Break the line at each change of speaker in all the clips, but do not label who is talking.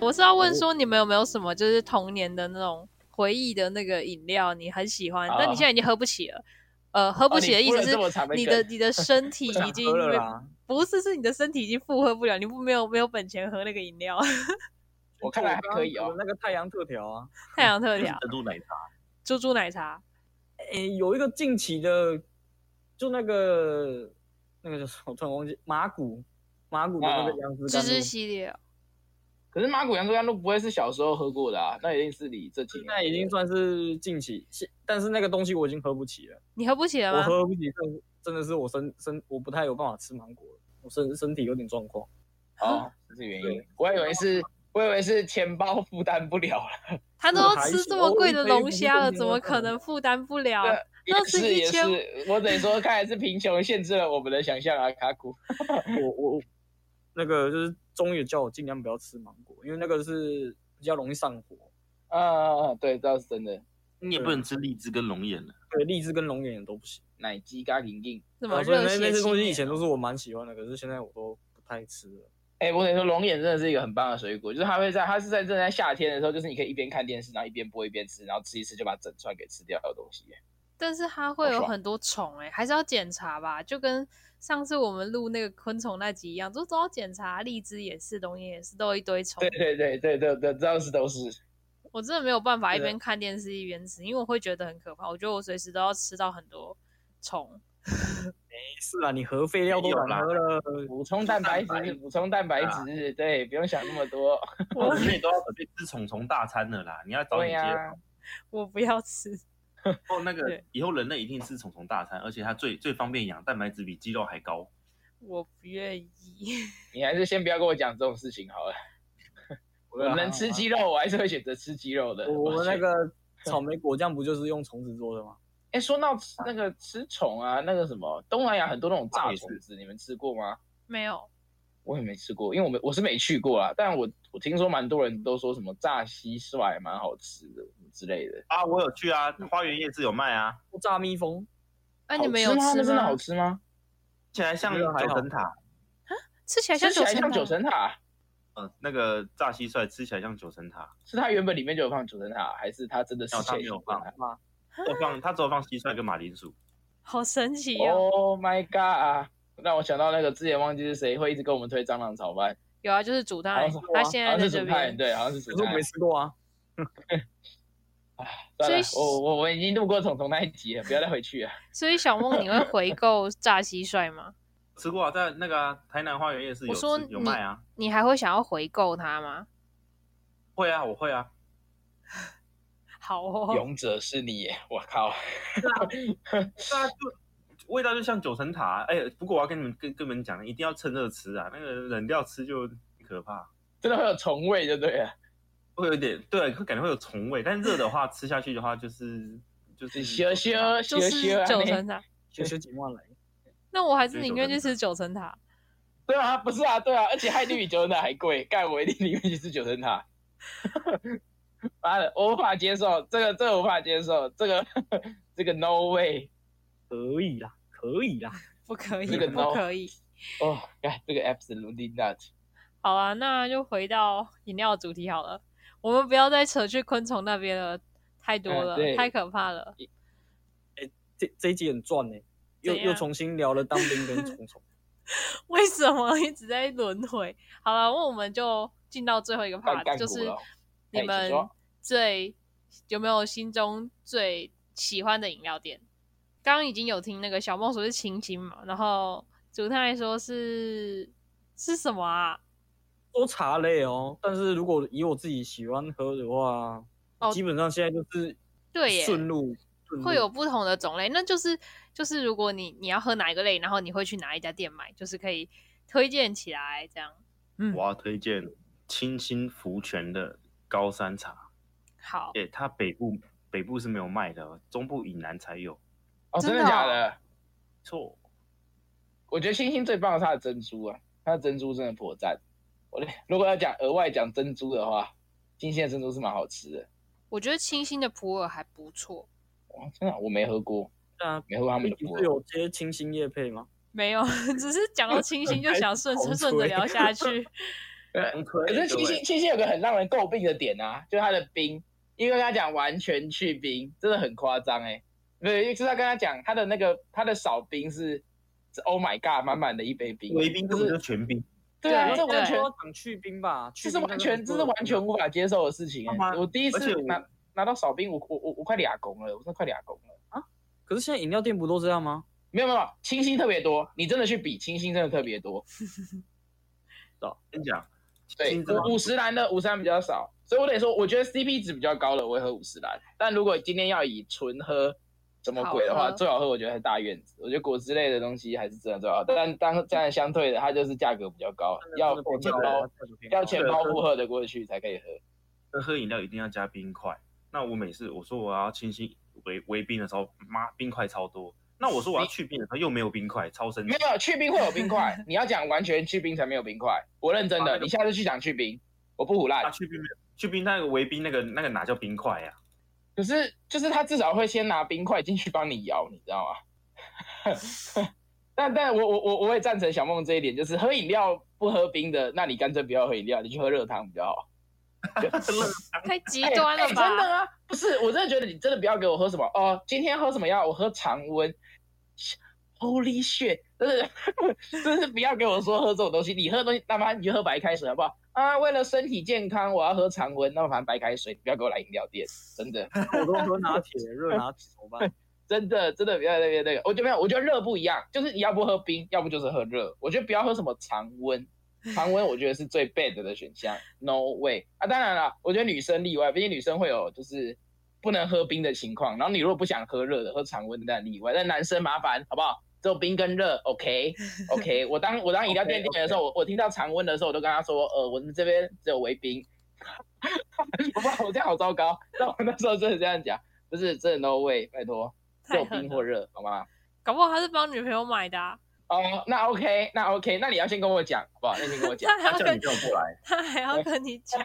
我是要问说，你们有没有什么就是童年的那种回忆的那个饮料，你很喜欢，
啊
但你现在已经喝不起了。呃，喝
哦
不起的意思
你
是
铺了这么长的
你
梗
的你的身体已经
不想喝了
没
啦
不是是你的身体已经负荷不了，你不没有没有本钱喝那个饮料。
我看来还可以
我
哦。
那个太阳特调啊，
太阳特
就是
调、
珍珠奶茶，
猪猪奶茶、
诶，有一个近期的，就那个那个叫什么，我突然忘记，马古马古的那
啊
个杨枝
芝
甘露
芝，系列，
可是马古扬州甘露不会是小时候喝过的啊，那一定是你这几
现
年
在已经算是近期，现但是那个东西我已经喝不起了，
你喝不起了
我
吗？
喝不起，真的真的是我身身我不太有办法吃芒果了，我身身体有点状况。
啊
哦，这是原因
对。
我以为是，我以为是钱包负担不了了。
他都
我还
吃这
行
么
我
贵
一
的
杯
龙
不是
虾了，
真的
怎么
有
可
可
能
能
负担不了？
对
那
也
是
是
一
也
千
是，我只能说，看来是贫穷限制了我们的想象啊，卡古。
我我我那个就是中也叫我尽量不要吃芒果，因为那个是比较容易上火。
啊，对，这是真的。
你也不能吃荔枝跟龙眼了。
对，荔枝跟龙眼也都不行。
奶鸡咖喱硬，
什
啊
么
所以
热
那
血
那些
青
东西以
年啊
前都是我蛮喜欢的，可是现在我都不太吃了。
哎，我得说，龙眼真的是一个很棒的水果，就是它会在，它是在正在夏天的时候，就是你可以一边看电视，然后一边剥一边吃，然后吃一吃就把整串给吃掉的东西。
哦但是它会有
爽
很多虫哎、还是要检查吧，就跟上次我们录那个昆虫那集一样，都都要检查。荔枝也是，龙眼也是，都有一堆虫
对。对对对对对，这样是都是。
我真的没有办法一
对啊
边看电视一边吃，因为我会觉得很可怕。我觉得我随时都要吃到很多虫。
没事啦，你核废料都敢喝了，
补充蛋白
蛋
质，
白
补充蛋白质，对，不用想那么多。
我们哦也都要准备吃虫虫大餐了啦，你要早
对
点接。
呀、
我不要吃，
哦，那个
对
以后人类一定吃虫虫大餐，而且它最最方便养，蛋白质比鸡肉还高。
我不愿意。
你还是先不要跟我讲这种事情好了。我
对啊
能吃鸡肉，我还是会选择吃鸡肉的。
我们
去
那， 个草莓果酱不就是用虫子做的吗？
哎，说到吃那个吃虫啊，那个什么，东南亚很多那种炸虫子，你们吃过吗？
没有，
我也没吃过，因为我们我是没去过啊。但我我听说蛮多人都说什么炸蟋蟀蛮好吃的之类的。
啊，我有去啊，花园夜市有卖啊，
炸蜜蜂，
那、你们有
好吗？那
吃
真的好吃吗？
起来像
这个还
九
好
层塔，
吃起来像
吃起
九
来
层
像九
塔，
层塔，
呃，那个炸蟋蟀吃起来像九层塔，
是它原本里面就有放九层塔，还是它真的吃啊
哦
起来
它没有
九层塔
哎
放只有放它只有放蟋蟀跟马铃薯。
好神奇哦！
Oh my god！让我想到那个之前忘记是谁会一直跟我们推蟑螂炒饭，
有啊，就是煮
好
蛋
像是，哦
他现在
好像
在
是
这
煮派，
边。
对，好像是
可
煮
是我
派
没。吃过啊。
算了，
所以
我我我已经度过虫虫那一集了，不要再回去了。
所以小梦，你会回购炸蟋蟀吗？
吃过啊，在那个啊、台南花园夜市有
我说
吃有
你
卖啊，
你还会想要回购它吗？
会啊，我会啊，
好哦，
勇者是你耶，我靠！
那啊就味道就像九层塔啊、哎、不过我要跟你们跟跟你们讲，一定要趁热吃啊，那个冷掉吃就很可怕，
真的会有虫味，就对了，
会有点对，会感觉会有虫味，但热的话吃下去的话就是就是
羞羞
就
羞
是
羞啊
九
你
层塔。
学学几万来，
那我还是
就是
宁
九
愿去
层
吃九层塔。
对啊，不是啊，对啊，而且还一定比九层塔还贵， 干我一定宁愿去吃九层塔。 妈的，我无法接受这个，这个无法接受，这个 这个 no way。
可以啦，可以啦。
不可以，
这个
不
no
可以。
哦，干这个 absolutely not。
好啊，那就回到饮料主题好了。我们不要再扯去昆虫那边了，太多
嗯
了，
对
太可怕了。
这这一集很赚呢、又
怎样
又重新聊了当兵跟虫 虫。
为什么一直在轮回？好了，那我们就进到最后一个
干
part，
干
就
股
是
了。
你
哎请
们
说
最有没有心中最喜欢的饮料店？刚刚已经有听那个小梦说是清新嘛，然后主太说是是什么啊？
说茶类哦，但是如果以我自己喜欢喝的话，
哦
基本上现在就是
对耶，
顺路
嗯
顺路
会有不同的种类，那就是就是如果你你要喝哪一个类，然后你会去哪一家店买，就是可以推荐起来这样。嗯，
我要推荐清新福泉的高山茶，
好，
哎、它北部北部是没有卖的哦，中部以南才有，
哦，
真
真
的
的假
哦
的？
错。
我觉得星星最棒的是它的珍珠啊，它的珍珠真的颇赞。我如果要讲额外讲珍珠的话，新鲜的珍珠是蛮好吃的。
我觉得清新的普洱还不错，
哇，真的啊我没喝过，
啊，
没喝
嗯
过他们
你
的普
不
洱
是。有接清新叶配吗？
没有，只是讲到清新就想顺顺
很开
顺着聊下去。
很可
可
以。
是七
对
星七星有个很让人诟病的点啊，就是他的冰，因为他讲完全去冰，真的很夸张哎。对，就是他跟他讲他的那个他的少冰是是，Oh my God，满满的一杯冰，
围兵
就
根本就是全兵，
对啊，
对
这
我
完
们
全
说讲去冰吧，
这
去
是
冰
完全这是完全无法接受的事情
干嘛
欸。我第一
而且
次
我
拿拿到少冰，我我我我快俩拱了，我真的快俩拱了。
可是现在饮料店不都这样吗？
没有没有，清新特别多，你真的去比清新真的特别多。
跟你讲，七
哦对
星真的，
五十兰的五十兰比较少，所以我得说，我觉得 CP 值比较高的我会喝五十兰。但如果今天要以纯喝什么鬼的
好
话，
喝
最好喝我觉得还是大院子。我觉得果汁类的东西还是真的最好，但当然相对的，它就是价格比较高，要
真
钱
的偏高
包要 钱包
对
负荷的过去才可以喝。
喝饮料一定要加冰块。那我每次我说我要清新围围冰的时候，妈冰块超多。那我说我要去冰的时候又没有冰块，超生
没。
气
有去冰会有冰块，你要讲完全去冰才没有冰块。我认真
啊那
的，
个
你下次去讲去冰，我不胡乱
啊，。去冰没有去冰那个围冰那个那个哪叫冰块啊 呀？
可是就是他至少会先拿冰块进去帮你摇，你知道吗？ 但但我我我我也赞成小梦这一点，就是喝饮料不喝冰的，那你干脆不要喝饮料，你去喝热汤比较好。
太极
哎
端了
哎真
吧？
的啊，不是，我真的觉得你真的不要给我喝什么哦，今天喝什么药？我喝常温。Holy shit！真是 真是不要给我说喝这种东西，你喝的东西，那么你就喝白开水好不好？啊，为了身体健康，我要喝常温，那么反正白开水，你不要给我来饮料店，真的。
我都喝拿铁， 热拿铁怎么办？
真的真的不要那边那个，我觉得没有，我觉得热不一样，就是你要不喝冰，要不就是喝热。我觉得不要喝什么常温，常温我觉得是最 bad 的选项，no way 啊！当然了，我觉得女生例外，毕竟女生会有就是不能喝冰的情况，然后你如果不想喝热的，喝常温的那例外，但男生麻烦好不好？只有冰跟热，OK OK 我。当我当饮料店店员的时候，我我听到常温的时候，我都跟他说，呃，我们这边只有微冰。 我怕我这样好糟糕， 但我那时候真的这样讲，不是真的 no way，拜托。只
太
有
狠
冰
了
或热，好吗？
搞不好他是帮女朋友买的、啊，
哦，那 OK，那 OK，那你要先跟我讲，好不好？那你先跟 我讲。
他还要
他叫
跟
你叫我过来，
他还要跟 你讲，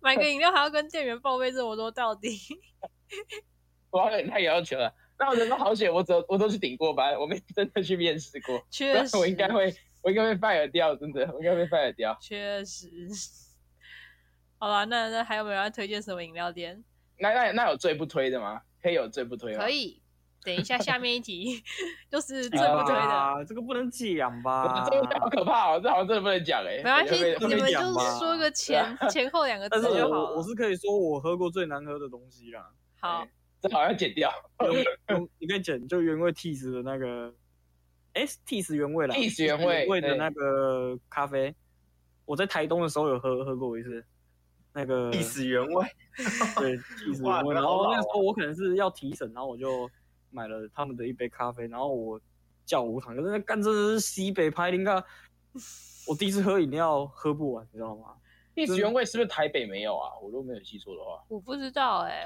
买个饮料还要跟店员报备这么多到底，
我要有点太要求了。那我真的好险，我只有我都去顶过班，我没真的去面试过，不
确
然
实，
我应该会，我应该会 fire 掉，真的，我应该会 fire 掉。
确实。好了，那那还有没有要推荐什么饮料店？
那那那有最不推的吗？可以有啊最不推吗？
可。以，等一下下面一题 就是最
这
不
个
推的，
啊，这个不能讲
哇
吧？
这个好可怕哦，这好像真的不能讲哎、
没关系，
会被
你
会
们
被
就
讲吧
说个前前后两个
但
字
是
就好
啊
我我
了。
是可以说我喝过最难喝的东 西啦。
好，
这好像剪掉。
嗯你可以捡就原味 T 十的那个，哎，T 十原味啦
Teas 原味
味的
对
那个咖啡，我在台东的时候有喝喝过一次。那个
意死原味。
对 T 十
哇
原味，
那
然
好
后
老
那
哦
时候我可能是要提神，然后我就买了他们的一杯咖啡，然后我叫无糖，可是那干真的是西北拍应该，我第一次喝饮料喝不完，你知道吗？
历史原味是不是台北没有啊？我如果没有记错的话。
我不知道哎、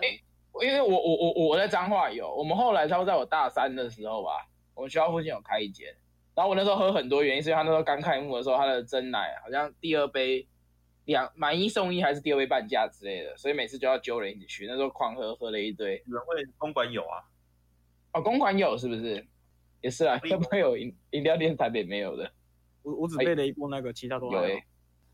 因为我我我我我在彰化有，我们后来差不多在我大三的时候吧，我们学校附近有开一间，然后我那时候喝很多，原因是因为他那时候刚开幕的时候，他的真奶好像第二杯两买一送一还是第二杯半价之类的，所以每次就要揪人一起去，那时候狂喝喝了一堆。
原味公馆有啊，
哦，公馆有是不是？也是啊，
可以
要不会有饮饮料店台北没有的？
我我只
哎
背了一锅那个，其他都还
有
好
诶、
欸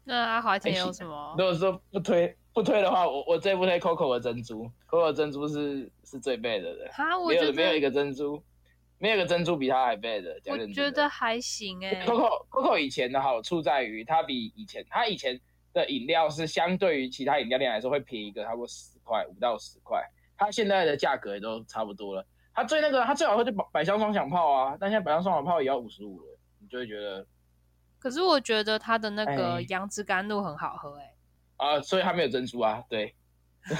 那阿华田
哎
有
行
什么
如？果说不推不推的话，我我最不推 Coco 的珍珠，Coco 的珍珠是是最 bad 的。
哈，我
没
觉
有没有一
得
个珍珠，没有一个珍珠比它还 bad 的。讲
我
认
觉
真的
得还行哎、
Coco Coco 以前的好处在于，它比以前它以前的饮料是相对于其他饮料店来说会便宜个差不多十块五到十块，它现在的价格也都差不多了。它最那个它最好喝就百百香双响炮啊，但现在百香双响炮也要五十五了，你就会觉得
可是我觉得它的那个
哎
杨枝甘露很好喝哎、
啊、所以它没有珍珠啊，对。 对，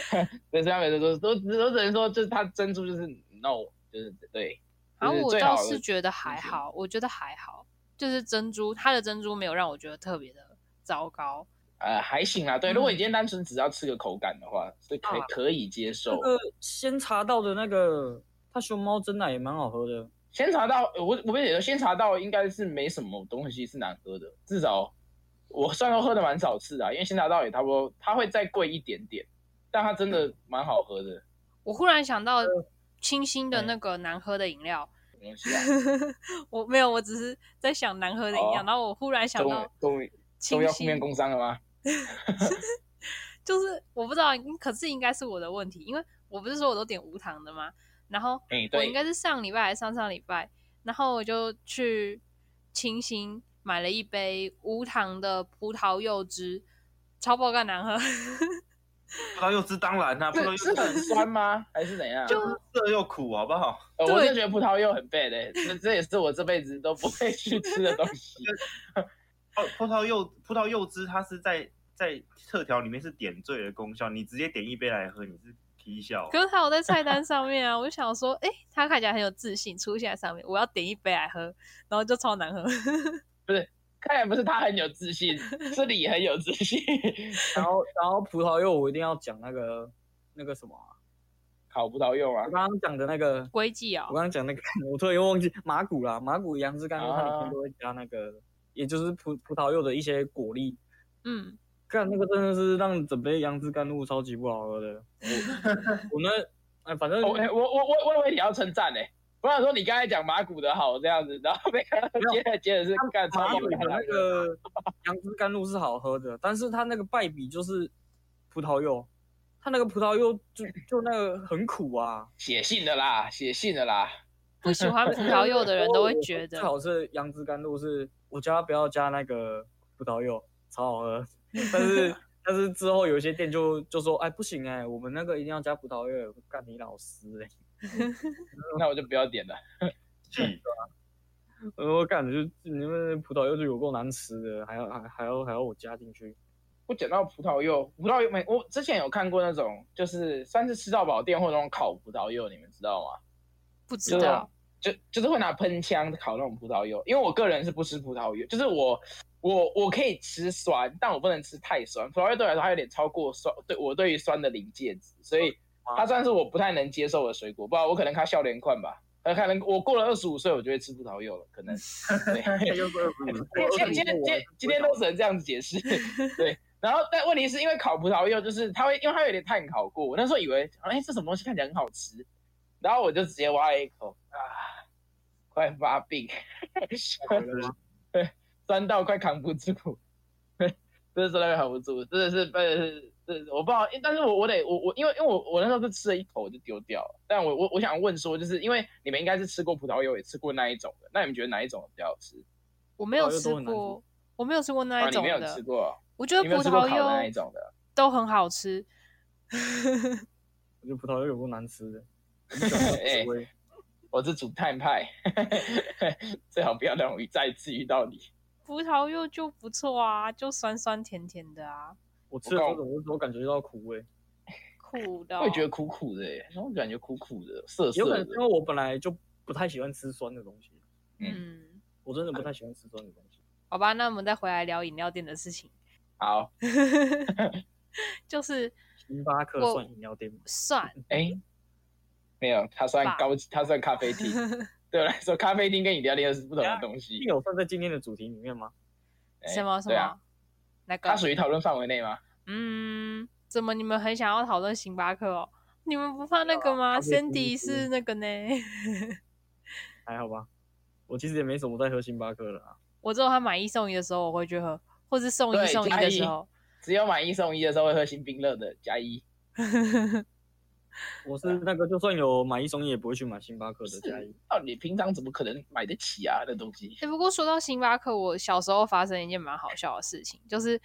所以它没有珍珠，都都只能说，就是它珍珠就是 no，就是对，
然后
就是
我
最
倒
好的
是觉得还
情
好，我觉得还好，就是珍珠，它的珍珠没有让我觉得特别的糟糕。
呃，还行啊。对，
嗯哦
如果你今天单纯只要吃个口感的话，是可以、
啊
可以接受
那。个先查到的那个，它熊猫真奶也蛮好喝的。
先查到，呃我我跟你说，先查到应该是没什么东西是难喝的，至少我虽然说喝的蛮少次的啊、因为先查到也差不多，它会再贵一点点，但它
嗯
真的蛮好喝的。呃哎
我忽然想到清新的那个难喝的饮料，
没关 系啊，
我没有，我只是在想难喝的饮料，
哦
然后我忽然想
终于
到
终于终
清
于要负
新
面工伤 了吗？
就是我不知道，可是应该是我的问题，因为我不是说我都点无糖的吗？然后
哎、
我应
对，
该是上礼拜还是上上礼拜，然后我就去清新买了一杯无糖的葡萄柚汁，超爆干难喝，
葡萄柚汁当然啊啦、葡萄柚
是
汁
是很酸吗？还是怎样？
就
涩又苦，好不好？
呃
对
我真的觉得葡萄柚很背的、这这也是我这辈子都不会去吃的东 西。
哦，葡萄柚葡萄柚汁它是在在特调里面是点缀的功效，你直接点一杯来喝，你是啼笑。
可是它有在菜单上面啊，我就想说，哎、它看起来很有自信，出现在上面，我要点一杯来喝，然后就超难喝。
看来不是他很有自信，是你很有自信。
然后然后葡萄柚我一定要讲那个那个什么啊、
烤葡萄柚啊
我，刚刚讲的那个，
龟记哦
我，刚刚讲那个， 我突然又忘记麻古啦，麻古杨枝甘露它里
啊
面都会加那个，也就是葡葡萄柚的一些果粒。
嗯，
干那个真的是让整杯杨枝甘露超级不好喝的。我我呢，哎，反正
我哦 我我我我以为你要称赞呢、我想说你刚才讲马古的好这样子，然后被
有
接着接着是干
马
超
里的
难
那个杨枝甘露是好喝的，但是它那个败笔就是葡萄柚，它那个葡萄柚就就那个很苦啊。
写信的啦，写信的啦，
不喜欢葡萄 柚的人都会觉
哦最
得，
好是杨枝甘露是，我叫他不要加那个葡萄柚，超好喝。 但是但是之后有一些店就就说，哎，不行哎、我们那个一定要加葡萄柚，干你老师哎、
那我就不要点了。
气
呃，我感觉你们葡萄柚就有够难吃的，还要还还要还要我加进去。
我捡到葡萄柚，葡萄柚没，我之前有看过那种，就是算是吃到饱店或那种烤葡萄柚，你们知道吗？
不知
就是那
道
种，啊就就是会拿喷枪烤那种葡萄柚，因为我个人是不吃葡萄柚，就是我我我可以吃酸，但我不能吃太酸。葡萄柚对我来说它有点超过酸，对我对于酸的临界值，所以它算是我不太能接受的水果。不然我可能看笑脸款吧，呃，可能我过了二十五岁，我就会吃葡萄柚了，可能。对
又说不
今天
是
今天今天今天都只能这样子解释，对。然后，但问题是因为烤葡萄柚，就是它会，因为它有点碳烤过，我那时候以为，哎，这什么东西看起来很好吃，然后我就直接挖了一口，啊，快发病， 酸到快扛不住， 真的是快扛不住，真的是，呃，真的是我不知道，但是我我得我我因为因为我我那时候是吃了一口我就丢掉了，但我我我想问说，就是因为你们应该是吃过葡萄柚，也吃过那一种的，那你们觉得哪一种比较好吃？
我没有
葡萄柚
吃
都很难
过，我没有吃过那
啊，
一
你
种
没有
的，
吃过。
我觉得
你没有
葡
吃过烤的那
萄
一
柚
种的
都很好吃，
我觉得葡萄柚有够难吃的，我不喜欢它的滋味
我是主碳派，最好不要让我再次遇到你。
葡萄柚就不错啊，就酸酸甜甜的啊，
我吃了这种，我都感觉到苦味。
苦的、哦
我也觉得苦苦的耶，我感觉苦苦的，涩
有可
涩
能是因
的。
为我本来就不太喜欢吃酸的东西，
嗯，
我真的不太喜欢吃酸的东西。
好吧，那我们再回来聊饮料店的事 情，
好，
就是
星巴克
我
算饮料店吗？
算
哎、没有，它算
吧
高级，它算咖啡 厅。对我来说，咖啡厅跟饮料店又是不同的东西
并。有算在今天的主题里面吗？
哎
什么什
对啊，
么那个
它，属于讨论范围内吗？
嗯，怎么你们很想要讨论星巴克哦？你们不怕那
啊
个吗
咖啡厅
？Cindy
是
是那个呢，
还好吧，我其实也没什么在喝星巴克了啊。
我只有他买一送一的时候我会去喝，或是送一
对
送一
加
的
一
时候，
只有买一送一的时候会喝新冰乐的加一。
我是那个就算有买一送一也不会去买星巴克的加一。
到底哦平常怎么可能买得起啊？那东西
哎、不过说到星巴克，我小时候发生一件蛮好笑的事情，就是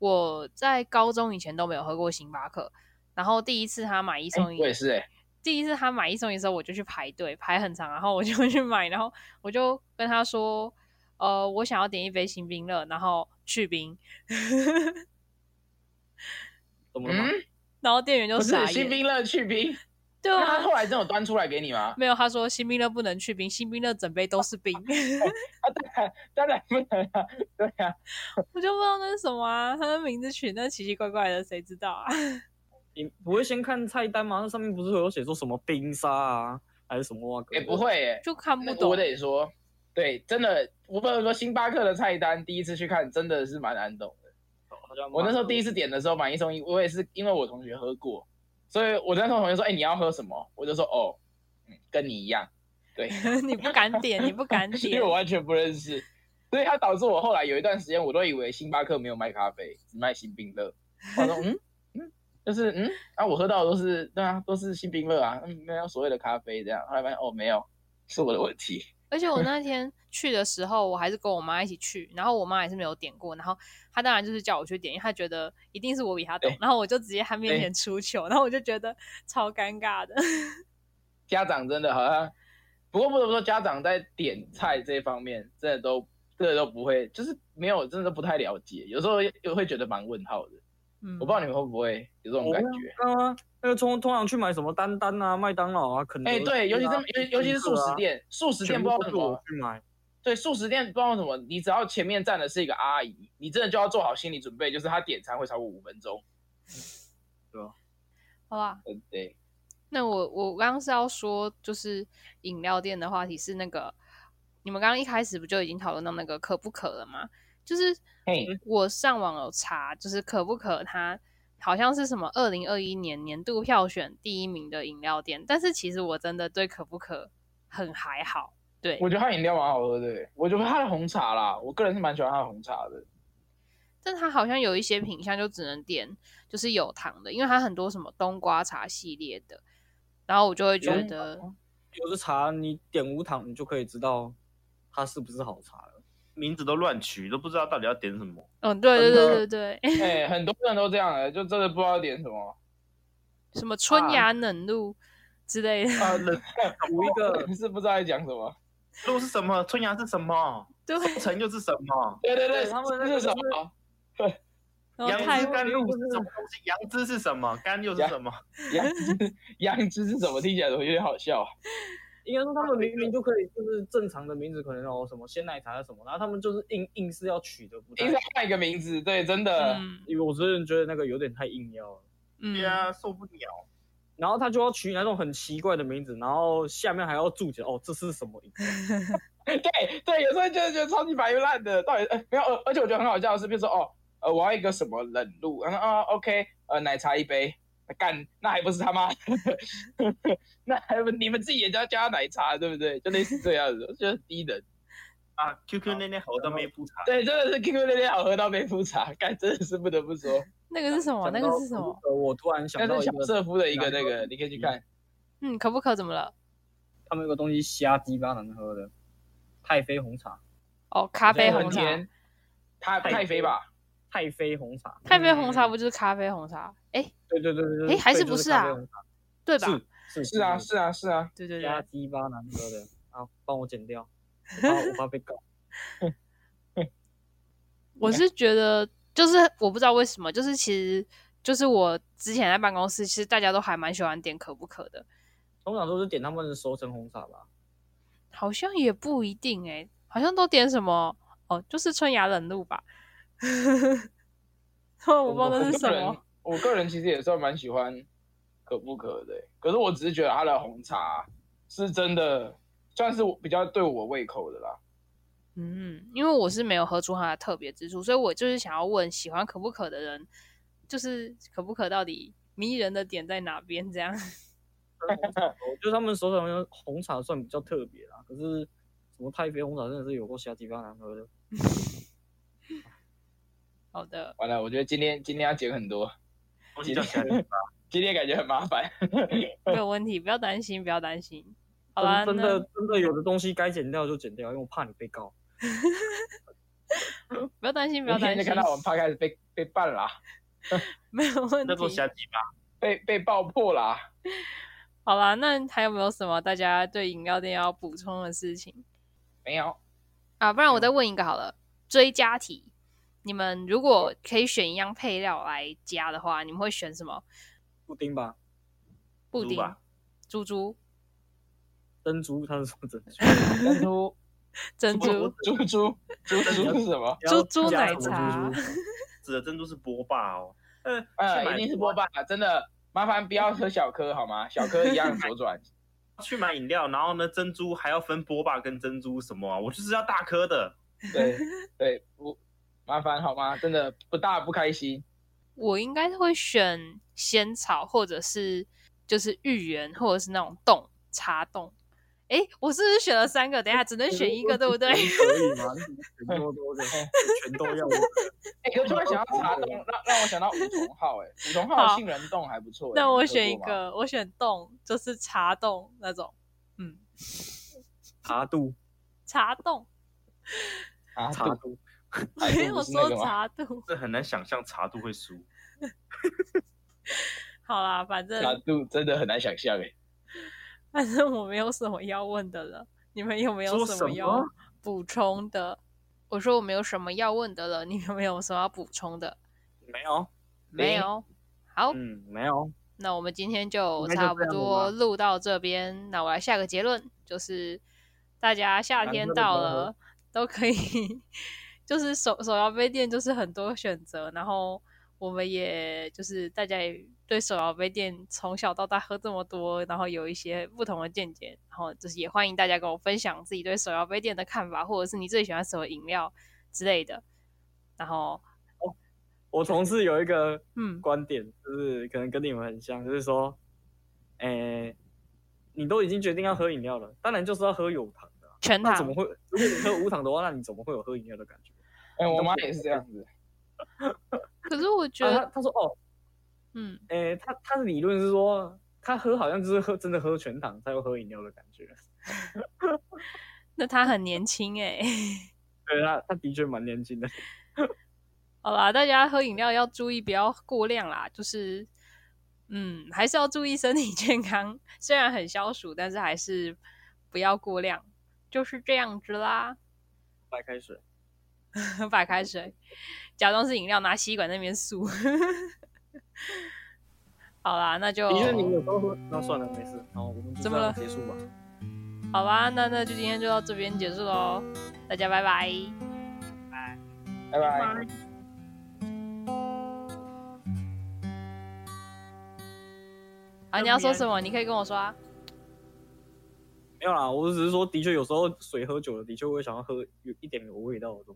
我在高中以前都没有喝过星巴克，然后第一次他买一送一，
我也是哎、
第一次他买一送一的时候，我就去排队排很长，然后我就 去买，然后我就跟他说，呃，我想要点一杯星冰乐，然后去冰，
怎么了吗？
嗯，
然后店员就
不
傻眼
是新，冰乐去冰，
对
那他
啊，
后来真有端出来给你吗？
没有，他说星冰乐不能去冰，星冰乐整杯都是 冰，
啊，当然当然不能啊，对啊，
我就不知道那是什么啊，他的名字取那奇奇怪怪的，谁知道啊？
你不会先看菜单吗？那上面不是有写说什么冰沙啊，还是什么啊？
也、不会耶、
就看不
那
懂
我，得说，对，真的，我不能说星巴克的菜单第一次去看真的是蛮难懂的。
好像蛮。
我那时候第一
次
次点的时候买一送一，我也是因为我同学喝过，所以我那时候同学说，哎、你要喝什么？我就说哦，嗯，跟你一样。对，
你不敢点，你不敢
因
点
为我，完全不认识，所以它导致我后来有一段时间我都以为星巴克没有卖咖啡，只卖新冰乐。我说嗯嗯，就是嗯啊，我喝到的都是对啊，都是新冰乐啊，嗯，没有所谓的咖啡这样。后来发现哦，没有，是我的问题。
而且我那天去的时候，我还是跟我妈一起去，然后我妈也是没有点过，然后她当然就是叫我去点，因为她觉得一定是我比她懂
对，
然后我就直接她面
对
前出糗，然后我就觉得超尴尬的。
家长真的好像，不过不得不说，家长在点菜这方面真的都真的都不会，就是没有真的都不太了解，有时候又会觉得蛮问号的。
嗯，
我不知道你们会不会有这种
我
感
会啊
觉。
那那个通通常去买什么丹丹啊、麦当劳啊、肯德
哎、
基啊、
对，尤其是尤其尤其是素食店，素食店
全部
不知道为什
都是我
么，
去买。
对素食店不知道为什么，你只要前面站的是一个阿姨，你真的就要做好心理准备，就是她点餐会超过五分钟。
好吧，
嗯，对，
那我我刚刚是要说，就是饮料店的话题是那个，你们刚刚一开始不就已经讨论到那个可不可了吗？就是
嘿，
我上网有查，就是可不可它好像是什么二零二一年年度票选第一名的饮料店，但是其实我真的对可不可很还好，对
我，觉得它饮料蛮好喝的，我觉得它的红茶啦，我个人是蛮喜欢它的红茶 的。
但它好像有一些品相就只能点就是有糖的，因为它很多什么冬瓜茶系列的，然后我就会觉
有
得
有的茶你点无糖，你就可以知道它是不是好茶了。
名字都乱取，都不知道到底要点什么。
嗯，对对
真
对对
的
对，
哎、很多人都这样哎的，就真的不知道点什么。
什么春
啊
芽冷露之类的，
啊，冷
补一个
是不知道在讲什么。
路是什么？春芽是什么？
对，
橙又是什么？
对对对，啊
对他们那个
是什
就
么？
然后
杨
泰
枝
国
甘露是什么东西？杨枝是什么？甘又是什么？
杨枝，杨枝是什么？听起来怎么有点好笑啊？
应该说他们明明就可以，就是正常的名字可能有什么鲜奶茶啊什么，然后他们就是硬硬是要取的不太
应。该换一个名字，对，真的。
嗯
因为我真的觉得那个有点太硬要了。
嗯，
对啊，受不了。
然后他就要取那种很奇怪的名字，然后下面还要注解哦，这是什么饮料？
对对，有时候就是觉得超级白又烂的，到底呃没有，呃而且我觉得很好笑的是，比如说哦，呃，我要一个什么冷露，然后啊、OK，呃，奶茶一杯，干，那还不是他妈， 那还不你们自己也叫加奶茶，对不对？就类似这样子，我觉得很低能。
啊，QQ 那天好到没不茶，
对，真的是 QQ 那天好喝到被复查，干真的是不得不说，
那个是什哦么？那个是什么？？
我突然想
那
到
是
一
小
个，
瑟夫的一个那个，你可以去看。
嗯，可不可怎么了？
他们有个东西瞎鸡巴难喝的，太妃红茶，
哦，咖啡
对
红
很
茶，
甜，太太肥吧？
太妃红茶，
太妃红茶
嗯
不就是咖啡红茶？哎，
对对对对对，
诶还是
对
不
就是是
啊
咖啡红茶？
对吧？
是
是
嗯
啊，是啊，是啊，
对对
瞎
对，
鸡巴难喝的啊，帮我 剪掉，我怕我怕被告。
我是觉得就是我不知道为什么，就是其实就是我之前在办公室，其实大家都还蛮喜欢点可不可的，
通常都是点他们的熟成红茶吧，
好像也不一定哎，好像都点什么哦，就是春芽冷露吧。 我不知道那是什
个人
么，
我个人其实也算蛮喜欢可不可的欸、可是我只是觉得它的红茶是真的算是我比较对我胃口的啦。
嗯，因为我是没有喝出它的特别之处，所以我就是想要问喜欢可不可的人，就是可不可到底迷人的点在哪边？这样，
我觉得哦他们熟成红茶算比较特别啦。可是什么太妃红茶真的是有够瞎鸡巴难喝的。
好的，
完了，我觉得今天今天要剪很多，
东西 叫起来。
今天感觉很麻烦。
没有问题，不要担心，不要担心。好啦，
真真
那
的真的有的东西该剪掉就剪掉，因为我怕你被告。
不要担心，不
明
要担
天就
心，
看到我们 p 开始被被办啦，
没有问
那做
题
虾。鸡吧，
被被爆破啦。
好啦，那还有没有什么大家对饮料店要补充的事情
没有，
啊？不然我再问一个好了，追加题，你们如果可以选一样配料来加的话，你们会选什么？
布丁吧，
布
猪
丁
吧、
猪猪、
珍珠它是什么珍珠？
珍珠
珍珠
我我、
猪猪猪猪是什么？
猪猪
加
奶
什么
茶
珍珠？
指的珍珠是波霸哦。呃，去
呃，
买
一定是波霸，真的。麻烦不要喝小颗好吗？小颗一样左转。
去买饮料，然后呢，珍珠还要分波霸跟珍珠什么啊？我就是要大颗的。
对对，不麻烦好吗？真的不大不开心。
我应该会选仙草，或者是就是芋圆，或者是那种冻茶冻，哎、我是不是选了三个？等一下只能 选一个，对不对
可？以吗？你怎么选那么 多的，全都要。
哎、可是突然想要茶冻，让让我想到五桐号、哎，五桐号
好
的杏仁冻还不错、哎
那
你
我
喝
选一
过吗，
个，我选冻，就是茶冻那种，嗯，
茶度，
茶冻。
啊，
茶度，
哎
没
不
有
是那
说
个吗
茶度。
这很难想象茶度会输。
好啦，反正
茶度真的很难想象哎、
反正我没有什么要问的了，你们有没有
说
什
什
么
么
要补充的？我说我没有什么要问的了，你们有没有什么要补充的？
嗯没有，
哦没有。好，
嗯，没有，
那我们今天就
应该就
差不
这样了
多
吧
录到这边。那我来下个结论，就是大家夏
难
天
喝的
到
不要喝
了都可以， 就是手手摇杯店就是很多选择，然后我们也就是大家也对手摇杯店从小到大喝这么多，然后有一些不同的见解，然后就是也欢迎大家跟我分享自己对手摇杯店的看法，或者是你最喜欢什么饮料之类的。然后，
我同事有一个
嗯，
观点，就是可能跟你们很像，就是说，诶、你都已经决定要喝饮料了，当然就是要喝有糖的啊、
全
那怎
糖
么会？如果你喝无糖的话，那你怎么会有喝饮料的感觉？
哎、我妈也是这样子，
可是我觉
啊、
得，
他他说哦，
嗯，
诶、他他的理论是说，他喝好像就是喝真的喝全糖才会喝饮料的感觉。
那他很年轻哎、
对他他的确蛮年轻的，
好啦，大家喝饮料要注意不要过量啦，就是嗯，还是要注意身体健康。虽然很消暑，但是还是不要过量，就是这样子啦。
白开水。
白开水，假装是饮料，拿吸管那边漱。好啦，那 就
的确，你有时候喝，那算了，没事。好，我们就
哦怎么
这样
了
结束吧。
好吧，那那就今天就到这边结束喽，大家拜拜。
拜拜。
啊，你要说什么？你可以跟我说啊。
没有啦，我只是说，的确有时候水喝久了，的确会想要喝有一点有味道的东西。